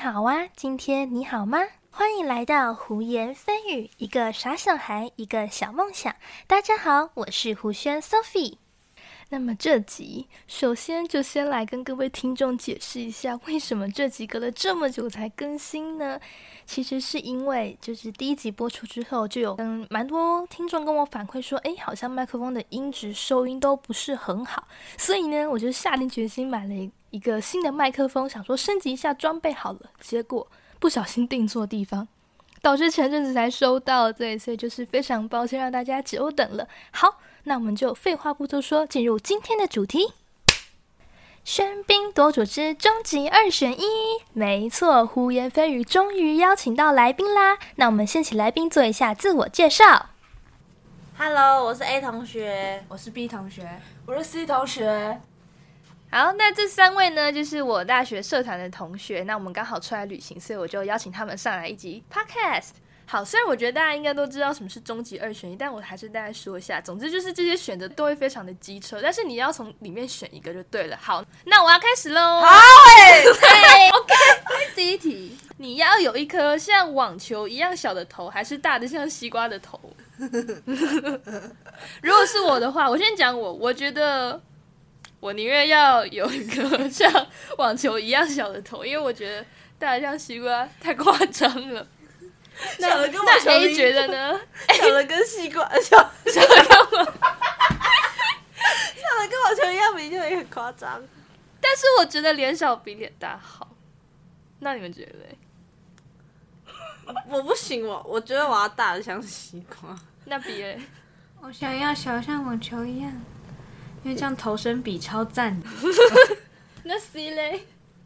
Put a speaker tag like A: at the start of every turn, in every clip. A: 好啊，今天你好吗？欢迎来到胡言蜚语，一个傻小孩，一个小梦想。大家好，我是胡轩 Sophie。那么这集，首先就先来跟各位听众解释一下，为什么这集隔了这么久才更新呢？其实是因为，就是第一集播出之后，就有嗯蛮多听众跟我反馈说，哎，好像麦克风的音质、收音都不是很好，所以呢，我就下定决心买了一一个新的麦克风，想说升级一下装备好了。结果不小心定错地方，导致前阵子才收到，对，所以就是非常抱歉让大家久等了。好，那我们就废话不多说，进入今天的主题。喧宾夺主之终极二选一，没错，胡言蜚语终于邀请到来宾啦！那我们先请来宾做一下自我介绍。
B: Hello，我是 A 同学。
C: 我是 B 同学，我是 C 同 学。
A: 好，那这三位呢，就是我大学社团的同学。那我们刚好出来旅行，所以我就邀请他们上来一集 podcast。好，虽然我觉得大家应该都知道什么是终极二选一，但我还是大概说一下。总之就是这些选择都会非常的机车，但是你要从里面选一个就对了。好，那我要开始喽。好，对，OK。
C: 第一题，
A: 你要有一颗像网球一样小的头，还是大的像西瓜的头？ 如果是我的话，我先讲我，我觉得我宁愿要有一个像网球一样小的头，因为我觉得大的像西瓜太夸张 了。那
B: 小的跟网
A: 那
B: 球一
A: A 觉得呢？
B: 小的跟西瓜，小小的跟我，小的跟网球一样，明就也很夸张。
A: 但是我觉得脸小比脸大好。那你们觉得嘞？
B: 我不行，我我觉得我要大的像西瓜。
A: 那比嘞？
C: 我想要小像网球一样，因为这样头身比超赞。
A: 那 C 嘞？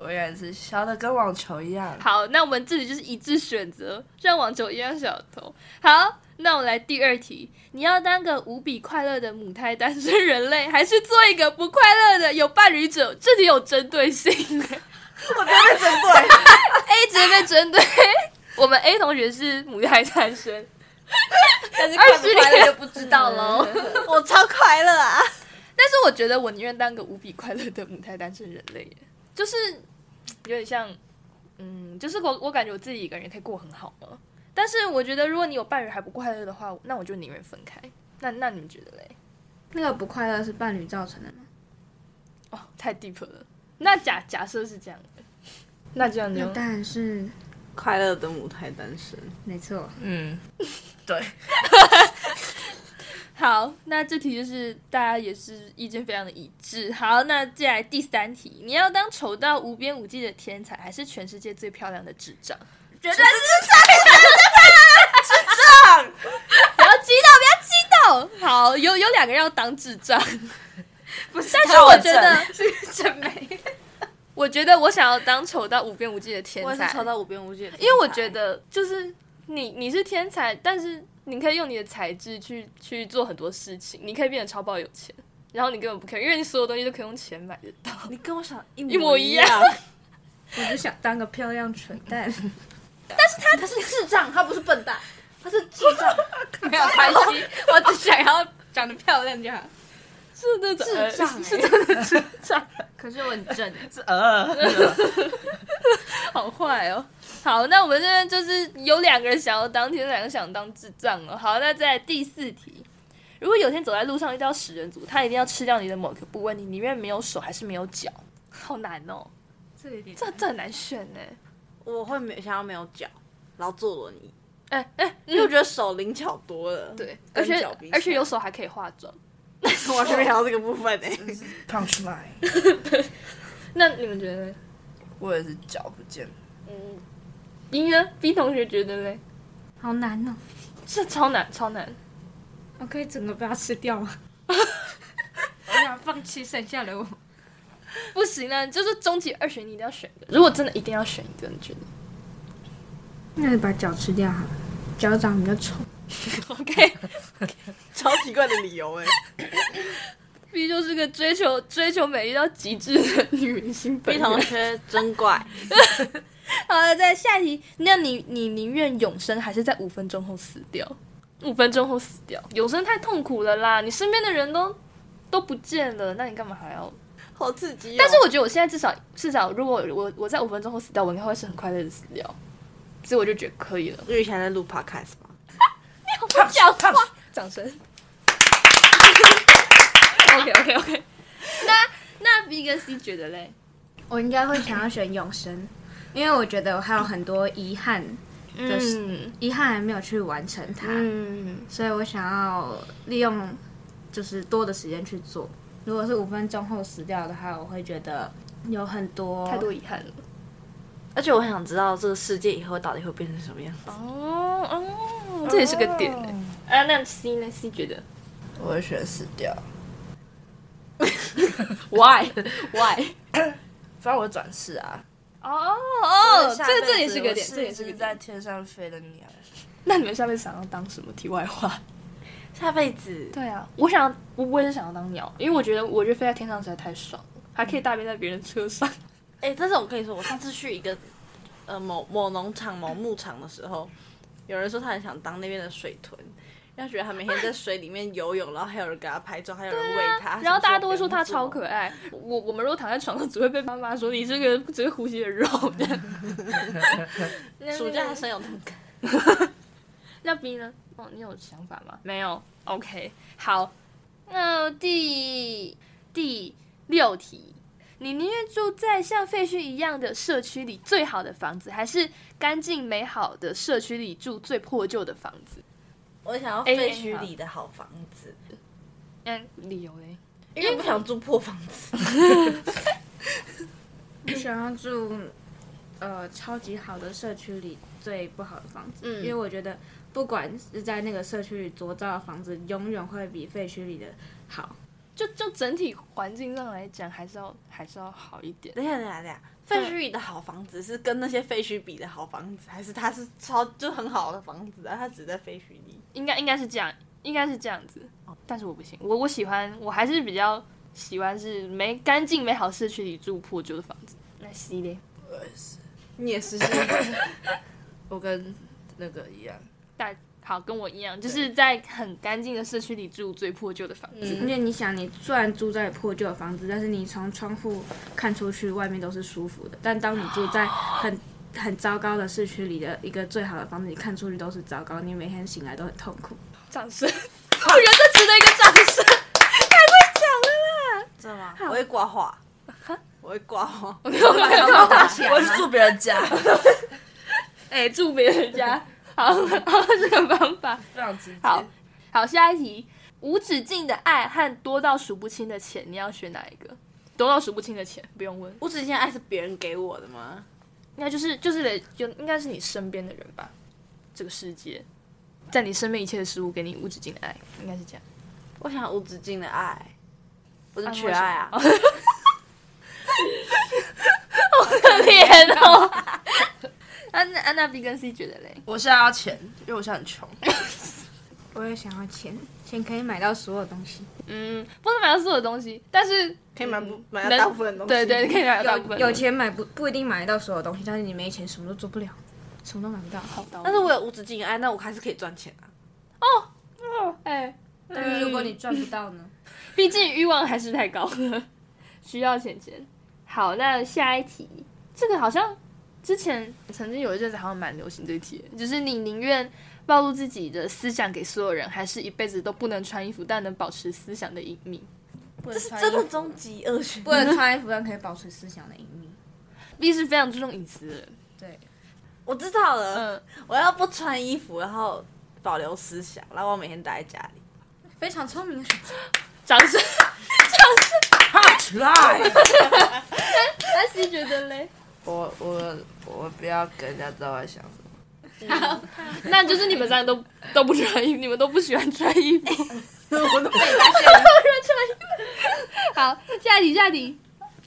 D: 我也是小的跟网球一样。
A: 好，那我们这里就是一致选择，像网球一样小的头。好，那我们来第二题，你要当个无比快乐的母胎单身人类，还是做一个不快乐的有伴侣者？这题有针对性 ，A
B: 我觉得针对，
A: 直接被针 对。我们 A 同学是母胎单身，
B: 但是
A: 快不快乐
B: 就不知道喽。我超快乐啊！
A: 但是我觉得我宁愿当个无比快乐的母胎单身人类耶，就是有点像，嗯，就是我我感觉我自己一个人也可以过很好嘛。但是我觉得如果你有伴侣还不快乐的话，那我就宁愿分开。那那你们觉得嘞？
C: 那个不快乐是伴侣造成的吗？
A: 哦，太 deep 了。那假假设是这样的，那这样
C: 那当然是
B: 快乐的母胎单身，
C: 没错。
D: 嗯，对，
A: 好。那这题就是大家也是意见非常的一致。好，那接下来第三题，你要当丑到无边无际的天才，还是全世界最漂亮的智障？
B: 绝对是
A: 不要激动，不要激动。好，有有两个人要当智障，
B: 不是？
A: 但是我觉得，
B: 是真美，
A: 我觉得我想要当丑到无边无际的天
B: 我也
A: 才
B: 是，抽到无边无际的天才，
A: 因为我觉得就是你你是天才，但是你可以用你的才智去去做很多事情，你可以变得超爆有钱，然后你根本不可以，因为你所有东西都可以用钱买得到。
B: 你跟我想一
A: 一模一
B: 一
A: 样
C: 我就想当个漂亮蠢蛋。
B: 他是智障，他不是笨蛋，他是智障，
C: 没有关 系，我只想要长得漂亮就好。
A: 是那种呃
B: 智障欸
A: 是真的智障，
C: 可是我很正，
D: 是呃，
A: 好坏哦。好，那我们这边就是有两个人想要当天才，两个想当智障了。好，那在第四题，如果有天走在路上遇到食人族，他一定要吃掉你的某个部位，你宁愿没有手还是没有脚？好难哦，
C: 这有点
A: 这这很难选欸呢。
B: 我会没想要没有脚，然后坐轮椅，
A: 哎哎，
B: 因为我觉得手灵巧多了。
A: 对，而
B: 跟
A: 且
B: 脚比起来
A: 而且有手还可以化妆。
B: 我是没想到这个部分诶、
D: punch line。
A: 那你们觉得呢？
D: 我也是脚不见了，
A: 嗯，B 呢？B 同学觉得嘞？
C: 好难哦。
A: 这超难，超难。
C: 我可以整个被它吃掉吗？我想放弃剩下的我。
A: 不行啊，就是终极二选一，一定要选一个。如果真的一定要选一个，你觉得
C: 那你把脚吃掉好了，脚长比较丑。
A: ？OK。
B: 超奇怪的理由欸 诶、
A: B 就是个追求追求美丽到极致的女明星本
B: B
A: 人。
B: 同学真怪，
A: 好了，在下题，那你你宁愿永生，还是在五分钟后死掉？五分钟后死掉，永生太痛苦了啦！你身边的人都都不见了，那你干嘛还要？
B: 好刺激、哦！
E: 但是我觉得我现在至少至少，如果我我在五分钟后死掉，我应该会是很快乐的死掉，所以我就觉得可以了。
B: 因为以前在录 podcast 嘛，
E: 不讲话，掌 声。OK OK OK，那那 B 跟 C 觉得嘞？
F: 我应该会想要选永生，因为我觉得我还有很多遗憾，嗯遗憾还没有去完成它，
E: 嗯，
F: 所以我想要利用就是多的时间去做。如果是五分钟后死掉的话，我会觉得有很多
E: 太多遗憾了。
B: 而且我很想知道这个世界以后到底会变成什么样子。
E: 哦哦，这也是个点嘞。啊，那 C 呢？C 觉得
G: 我会选死掉。
E: why why？
G: 反正我转世啊，
E: 哦哦，
G: 下
E: 这
G: 辈
E: 个
G: 子
E: 这也是个点，
G: 我
E: 这也是
G: 是
E: 个
G: 只
E: 点。
G: 在天上飞的鸟。
E: 那你们下辈子想要当什么？题外话。
B: 下辈子
E: 对啊，我想我我也是想要当鸟，因为我觉得我觉得飞在天上实在太爽了，还可以大便在别人车上。
B: 哎、但是我跟你说，我上次去一个呃某某农场、某牧场的时候，有人说他很想当那边的水豚，因为他觉得他每天在水里面游泳，然后还有人给他拍照，还有人喂他，他
E: 然后大家都会
B: 什
E: 说
B: 么时
E: 他
B: 候
E: 超
B: 不用做
E: 可爱。我我们如果躺在床上，只会被妈妈说你这个只会呼吸的肉。这样
B: 暑假还深有同感。
E: 那 B 呢？哦，你有想法吗？没有。OK，好，那第第六题，你宁愿住在像废墟一样的社区里最好的房子，还是干净美好的社区里住最破旧的房子？
B: 我想要
E: A
B: 废墟里的好房子，
E: 嗯，理由嘞？
B: 因为我不想住破房子。
F: 我想要住呃超级好的社区里最不好的房子，
B: 嗯
F: 因为我觉得不管是在那个社区里多糟的房子，永远会比废墟里的好。
E: 就就整体环境上来讲，还是要还是要好一点。
B: 等一下，等一下，等一下，废墟里的好房子是跟那些废墟比的好房子，还是它是超就很好的房子啊？它只在废墟里。
E: 应该应该是这样，应该是这样子。但是我不行，我我喜欢，我还是比较喜欢是没干净美好市区里住破旧的房子。那 C 嘞，
G: 我也是，
B: 你也是，
G: 我跟那个一样，
E: 大好跟我一样，就是在很干净的市区里住最破旧的房子。
F: 因为你想，你虽然住在破旧的房子，但是你从窗户看出去，外面都是舒服的。但当你住在很很糟糕的市区里的一个最好的房子，你看出去都是糟糕，你每天醒来都很痛 苦。
E: 掌 声，我觉得这值得一个掌 声。
B: 真的吗？我会挂画，我会挂画。
G: 我 是住别人家，
E: 哎、住别人家，好， 好这个方法。
G: 非常直接。
E: 好好，下一题，无止境的爱和多到数不清的钱，你要选哪一个？多到数不清的钱，不用问。
B: 无止境的爱是别人给我的吗？
E: 应该就是就是得就应该是你身边的人吧，这个世界，在你身边一切的事物给你无止境的爱，应该是 这样。
B: 我想要无止境的爱，不是缺爱啊。
E: 可怜哦。 安娜安娜 B 跟 C 觉得嘞，
G: 我现在要钱，因为我现在很穷。
F: 我也想要钱，钱可以买到所有东西，
E: 嗯，不能买到所有东西，但是
B: 可以买不买
E: 能
B: 到大部分的东西？
E: 对对，可以买到大部分
F: 有钱买不不一定买得到所有东西，但是你没钱什么都做不了，什么都买不到。
E: 好刀。
B: 但是我有无止境的爱，那我还是可以赚钱啊。
E: 哎，
F: 但是如果你赚不到呢？
E: 毕竟欲望还是太高了，需要钱钱。好，那下一题，这个好像之前曾经有一阵子好像蛮流行这一题，就是你宁愿暴露自己的思想给所有人，还是一辈子都不能穿衣服，但能保持思想的隐秘
B: 这是真的终极二选
F: 不能穿衣服，但可以保持思想的隐秘。
E: ？B 是非常注重隐私的人，
F: 对，
B: 我知道了，
E: 嗯，
B: 我要不穿衣服，然后保留思想，然后我每天待在家里。
F: 非常聪明的选择。
E: 掌声。
G: Try，
E: 那 C 觉得嘞？
G: 我我我不要跟人家知道我在想什么。
E: 那就是你们三个都都不穿衣服，你们都不喜欢穿衣服。
G: 我都被
E: 好，下一题，下一题。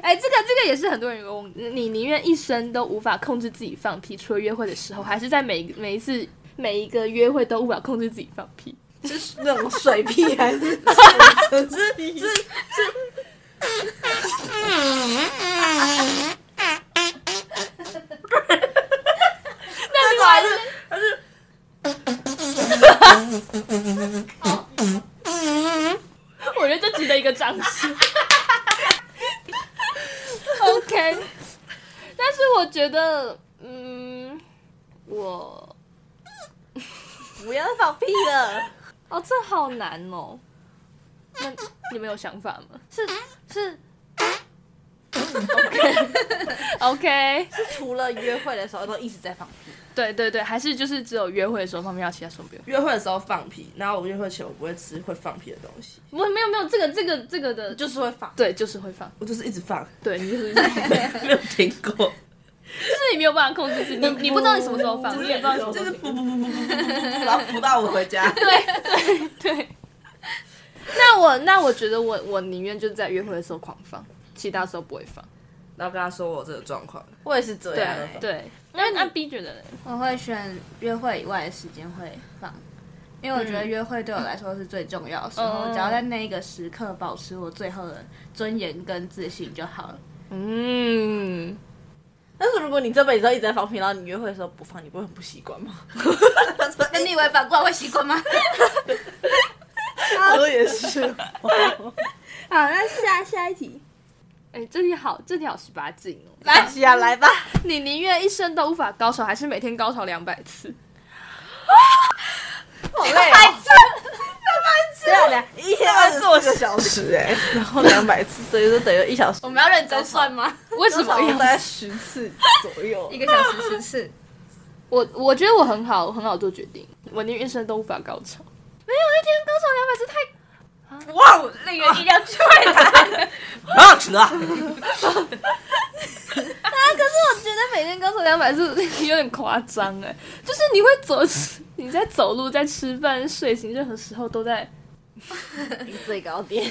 E: 哎，这个这个也是很多人有问，你宁愿一生都无法控制自己放屁，除了约会的时候，还是在每每一次每一个约会都无法控制自己放屁？
B: 就是那种水屁还是是是是
E: 那另外一个 我觉得这值得一个掌声。觉得，嗯，我
B: 不要再放屁了。
E: 哦，这好难哦。那你们有想法吗？嗯
B: 是是
E: OK，
B: 除了约会的时候都一直在放屁，
E: 对对对，还是就是只有约会的时候放屁，要其他时候不用。
D: 约会的时候放屁，然后我约会前我不会吃会放屁的东西，
E: 我没有没有这个这个这个的，就
B: 就是会放。
E: 对，就是会放，
D: 我就是一直放，
E: 对你 就是，就是
D: 没有停过，
E: 你没有办法控制自己，你你不知道你什么时候放，你也不知道你什么时
D: 就
E: 候
D: 是
E: 停
D: 噗噗噗噗噗噗噗，然后噗到我回家。
E: 对。那我那我觉得我我宁愿就在约会的时候狂放，其他时候不会放。
D: 然后跟他说我有这个状况，
B: 我也是这样、
E: 对
B: 欸。
E: 对，那那 B 觉得嘞？
F: 我会选约会以外的时间会放，因为我觉得约会对我来说是最重要的时候，
E: 嗯
F: 只要在那一个时刻保持我最后的尊严跟自信就好了。
E: 嗯，
B: 但是如果你这辈子都一直在放屁，然后你约会的时候不放，你不会很不习惯吗？
F: 那你以为反过来会习 惯吗？
B: 我也是。
F: 好，那下下一 题，
E: 哎，这题好，这题好十八禁哦。
B: 来呀，来吧。
E: 你宁愿一生都无法高潮，还是每天高潮两百次？
B: 好累、哦。对啊，两一天二十四个小时哎、然后两百次，所以就等于一小时。我
F: 我们要认真算吗？
E: 为什么
B: 大
E: 要？
B: 概十次左右。
F: 一个小时十次，
E: 我我觉得我很好，我很好做决定。我宁愿一生都无法高潮。没有一天高潮两百次太
F: 哇，那个力量去了。
D: 啊，吃啊！
E: 我觉得每天高潮两百是有点夸张哎，就是你会走，你在走路、在吃饭、睡醒，任何时候都在
B: 最高点。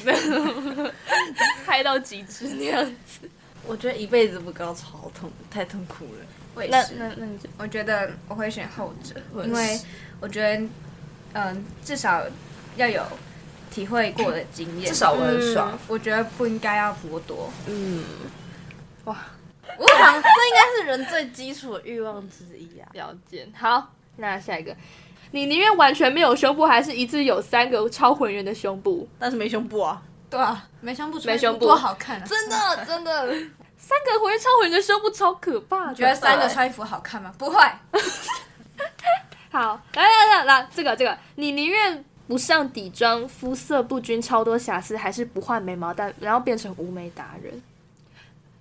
E: 嗨到极致那样子。
B: 我觉得一辈子不高潮好痛，太痛苦了。
F: 我也
E: 那
F: 是
E: 那那你就
F: 我觉得我会选后者，
D: 我也
F: 因为
D: 是
F: 我觉得，嗯，至少要有体会过的经验，嗯
D: 至少我很爽。
F: 我觉得不应该要剥夺。
D: 嗯，
B: 我想这应该是人最基础的欲望之一啊。
E: 了解。好，那下一个，你宁愿完全没有胸部，还是一次有三个超浑圆的胸部？
B: 但是没胸部啊，
F: 对啊，没胸部穿
E: 没胸部
F: 多好看啊！
E: 真的真的，三个浑圆超浑圆的胸部超可怕的。
F: 觉得三个穿衣服好看吗？不会，
E: 好，来来来来，这个这个，你宁愿不上底妆，肤色不均，超多瑕疵，还是不画眉毛，但然后变成无眉达人？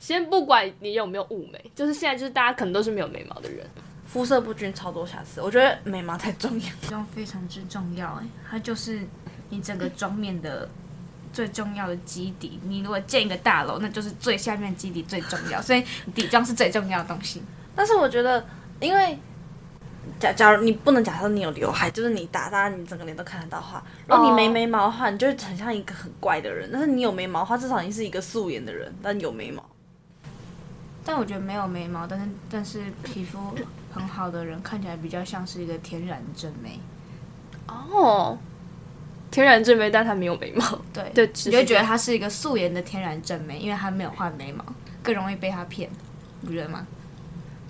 E: 先不管你有没有雾眉，就是现在就是大家可能都是没有眉毛的人。
B: 肤色不均，超多瑕疵。我觉得眉毛太重要。
F: 这种非常之重要哎，它就是你整个妆面的。最重要的基底，你如果建一个大楼，那就是最下面基底最重要， 所以底妆是最重要的东西。
B: 但是我觉得，因为假假如你不能假设你有刘海，就是你打大家你整个脸都看得到的话，如果你
E: 哦
B: 没眉毛的话，你就很像一个很怪的人。但是你有眉毛的话，至少你是一个素颜的人，但有眉毛。
F: 但我觉得没有眉毛，但是但是皮肤很好的人看起来比较像是一个天然真眉，
E: 哦，天然正眉，但他没有眉毛。
F: 对
E: 对
F: 你就会觉得她是一个素颜的天然真眉，因为她没有画眉毛，更容易被她骗，你不觉得吗？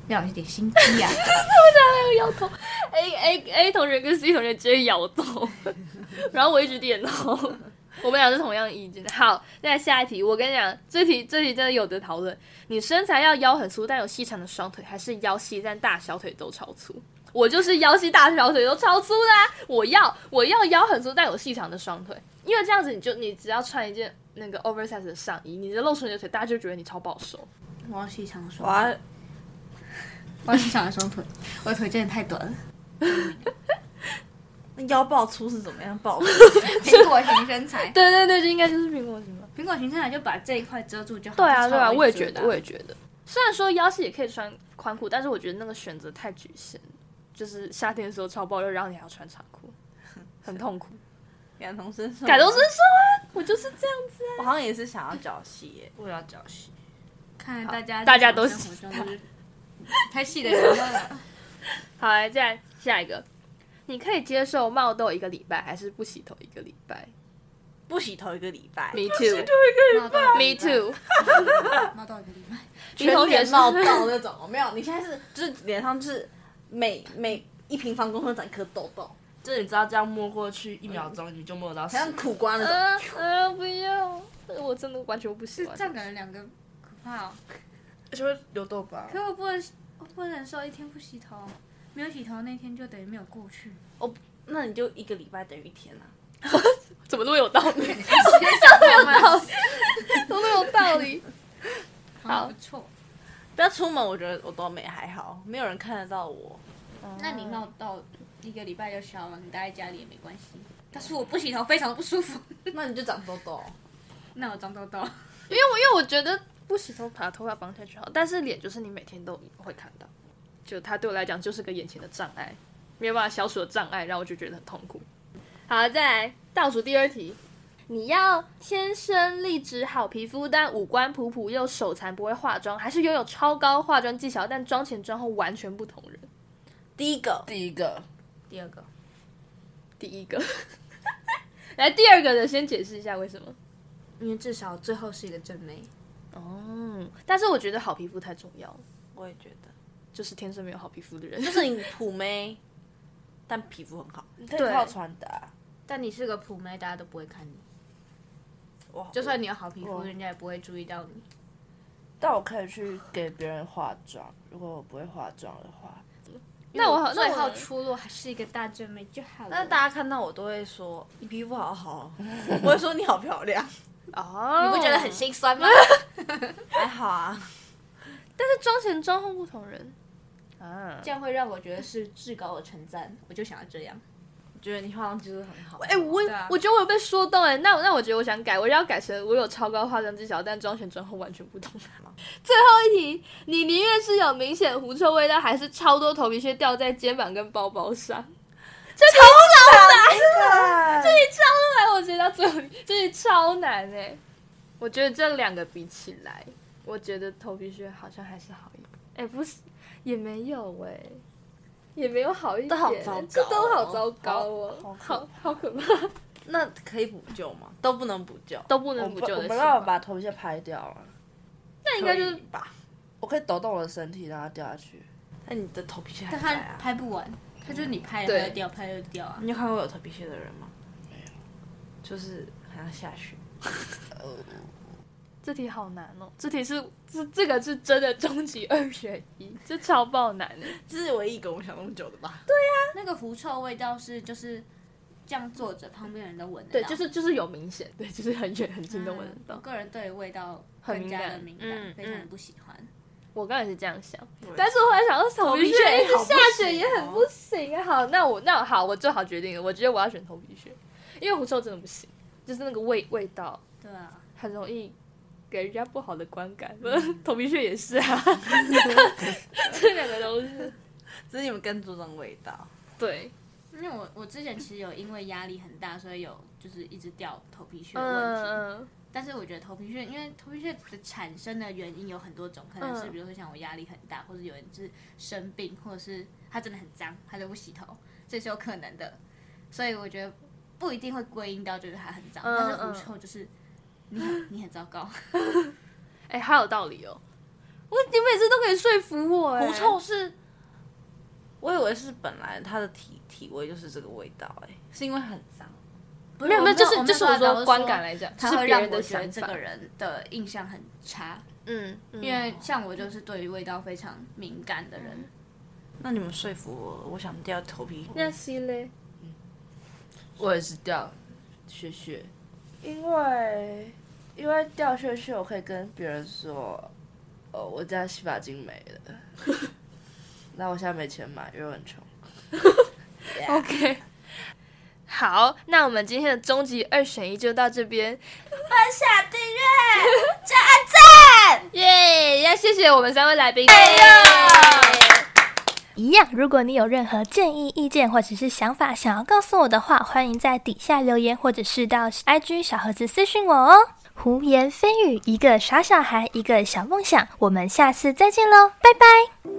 F: 要有一点心机啊呀、
E: 他摇头，A A A 同学跟 C 同学直接摇头， 然后我一直点头。 我们俩是同样意见。好，那下一题，我跟你讲，这题这题真的有得讨论。你身材要腰很粗但有细长的双腿，还是腰细但大小腿都超粗？我就是腰细大小腿都超粗的、啊，我要我要腰很粗但有细长的双腿，因为这样子你就你只要穿一件那个 oversize 的上衣，你就露出你的腿，大家就觉得你超暴瘦。
F: 我要细长的
B: 我要
F: 我要细长的双腿， 我的腿真的太 短了，
B: 那腰爆粗是怎么样 爆粗？
F: 苹果型身材，
E: 对对对，就应该就是苹果型吧。
F: 苹果型身材就把这一块遮住就好。
E: 对啊，
F: 就
E: 对
F: 超
E: 啊，
F: 容易
E: 我也
F: 遮
E: 觉
F: 的
E: 得，
F: 啊
E: 我也觉得。虽然说腰细也可以穿宽裤，但是我觉得那个选择太局限了，就是夏天的时候超爆热，然后你还要穿长 裤，很痛苦。
D: 嗯
B: 感同身受，
E: 改头身说啊，我就是这样子啊。
B: 我好像也是想要脚细耶，
D: 我也要脚细，
F: 看来大家
E: 大家都
F: 生活中就是拍戏的人 了，
E: 好，来再来下一个，你可以接受冒痘一个礼拜，还是不洗头一个礼拜
B: 不洗头一个礼 拜，
E: ？Me too，Me
F: 冒到一个礼
E: too。
F: 拜冒到一个礼拜。
E: 你同学
B: 脸
E: 是
B: 冒痘 那种，没有，你现在是就是脸上就是每每一平方公分长一颗痘痘，
D: 就是你知道这样摸过去一秒钟你就摸得到
B: 好
D: 屎，
B: 像苦瓜那种。
E: 嗯嗯，不要，我真的完全不喜
F: 是
E: 欢
F: 这。样感觉两个可怕哦。
D: 而且会流痘疤。
F: 可我不能，我不能受一天不洗头，没有洗头那天就等于没有过 去。
B: 那你就一个礼拜等于一天啊。
E: 怎么那么有道理？ 怎么那么有道理？
F: 好，不错。
B: 不要出门，我觉得我都没还好，没有人看得到我。
F: 那你冒到一个礼拜就消了，你待在家里也没关系。但是我不洗头非常的不舒服，
B: 那你就长痘痘。
F: 那我长痘痘。
E: 因为我因为我觉得不洗头把头发绑起来就好，但是脸就是你每天都会看到，就它对我来讲就是个眼前的障碍，没有办法消除的障碍，让我就觉得很痛苦。好，再来倒数第二题，你要天生丽质好皮肤，但五官普普又手残不会化妆，还是拥有超高化妆技巧，但妆前妆后完全不同人？
B: 第一个，
D: 第一个，
F: 第二个，
E: 第一个， 来第二个的先解释一下为什么。
F: 因为至少最后是一个正妹。
E: 哦，但是我觉得好皮肤太重要了，
B: 我也觉得，
E: 就是天生没有好皮肤的人。
B: 就是你普妹，但皮肤很好。
D: 你可以靠穿搭。
F: 但你是个普妹，大家都不会看你。
D: 我
F: 就算你有好皮肤，
D: 我
F: 人家也不会注意到你。
D: 但我可以去给别人化妆，如果我不会化妆的话，
E: 那我好，那
F: 最
E: 我
F: 后出路还是一个大正妹就好了。
B: 但大家看到我都会说你皮肤好好哦， 我会说你好漂亮，
E: 哦，
F: 你不觉得很？心酸 吗？
B: 还好啊。
E: 但是妆前妆后不同人啊，
F: 这样会让我觉得是至高的称赞，我就想要这样。
B: 我觉得你化妆技术很好。
E: 哎、我、
F: 啊
E: 我觉得我有被说动哎、那我那我觉得我想改，我要改成我有超高化妆技巧，但妆前妆后完全不同。 最后一题，你宁愿是有明显狐臭味道，还是超多头皮屑掉在肩膀跟包包上？这题
B: 啊
D: 对，
E: 哎，我觉得最后这题超难哎、我觉得这两个比起来，我觉得头皮屑好像还是好一点。哎、不是，也没有哎、也没有好一点，
B: 都好糟糕哦
E: 这都好糟糕哦，
D: 好
E: 好
D: 好
E: 好可怕，
B: 那可以补救吗？都不能补救，
E: 都不
D: 我
E: 能补
D: 不
E: 救
D: 我
E: 的
D: 没
E: 情
D: 办法
E: 况。
D: 把头皮屑拍掉啊，
E: 那应
B: 可
E: 该就是
B: 以吧？
D: 我可以抖动我的身体让它掉下去。
B: 那你的头皮屑还
F: 但
B: 在
F: 他
B: 啊？
F: 拍不完，他就是你拍了
E: 对
F: 它就掉，拍了就掉啊。
B: 你有看过有头皮屑的人吗？就是好像下雪。
E: 这题好难哦，这题是这这个是真的终极二选一，这超爆难欸的。
B: 这是唯一一个我想那么久的吧？
F: 那个狐臭味道是就是这样坐着，旁边人都闻得
E: 对，
F: 到。
E: 就是就是有明显，对，就是很远很近都
F: 嗯
E: 闻得到。
F: 我个人对味道
E: 很
F: 更加的
E: 敏
F: 敏
E: 感
F: 感，
E: 嗯
F: 非常的
E: 嗯
F: 不喜欢。
E: 我刚才是这样想，
B: 也
E: 但是我后来想到头皮
B: 头皮
E: 屑
B: 屑
E: 一直下雪也很
B: 哦
E: 不行啊。好，那我那好，我最好决定了，我觉得我要选头皮屑，因为狐臭真的不行，就是那个味味道
F: 对啊，
E: 很容易给人家不好的观感。 头皮屑也是啊， 这两个都是
B: 只是你们更注重味道。
E: 对。
F: 因为我我之前其实有因为压力很大，所以有就是一直掉头皮屑的问题。
E: 嗯嗯
F: 但是我觉得头皮屑，因为头皮屑的产生的原因有很多种，可能是
E: 嗯
F: 比如说像我压力很大，或者有人是生病，或者是他真的很脏，他就不洗头，这是有可能的。所以我觉得不一定会归因到就是他很脏，
E: 嗯
F: 但是狐臭就是你很你很糟糕，
E: 哎、好有道理哦！我你每次都可以说服我、哎
B: 狐臭是，我以为是本来它的体体味就是这个味道、哎，是因为很脏。
F: 不
E: 没有没有，
F: 我
E: 就是就是我说观感
F: 来，
E: 来讲，
F: 他
E: 是
F: 会
E: 别
F: 让
E: 人
F: 我
E: 的
F: 觉得
E: 想
F: 这
E: 法
F: 个。人的印象很差，
E: 嗯，嗯
F: 因为像我就是对于味道非常敏感的人，
B: 那你们说服我，我想掉头皮。
E: 那西嘞，
D: 我也是掉屑屑，因为因为掉屑屑，我可以跟别人说，哦，我家洗发精没了， 那我现在没钱买，因为我很穷。
E: OK，好，那我们今天的终极二选一就到这边，分享、订阅、加赞， 耶！要谢谢我们三位来宾。
A: 一样，如果你有任何建议、意见或者是想法想要告诉我的话，欢迎在底下留言，或者是到 IG 小盒子私讯我哦。胡言蜚语，一个傻小孩，一个小梦想。我们下次再见喽，拜拜。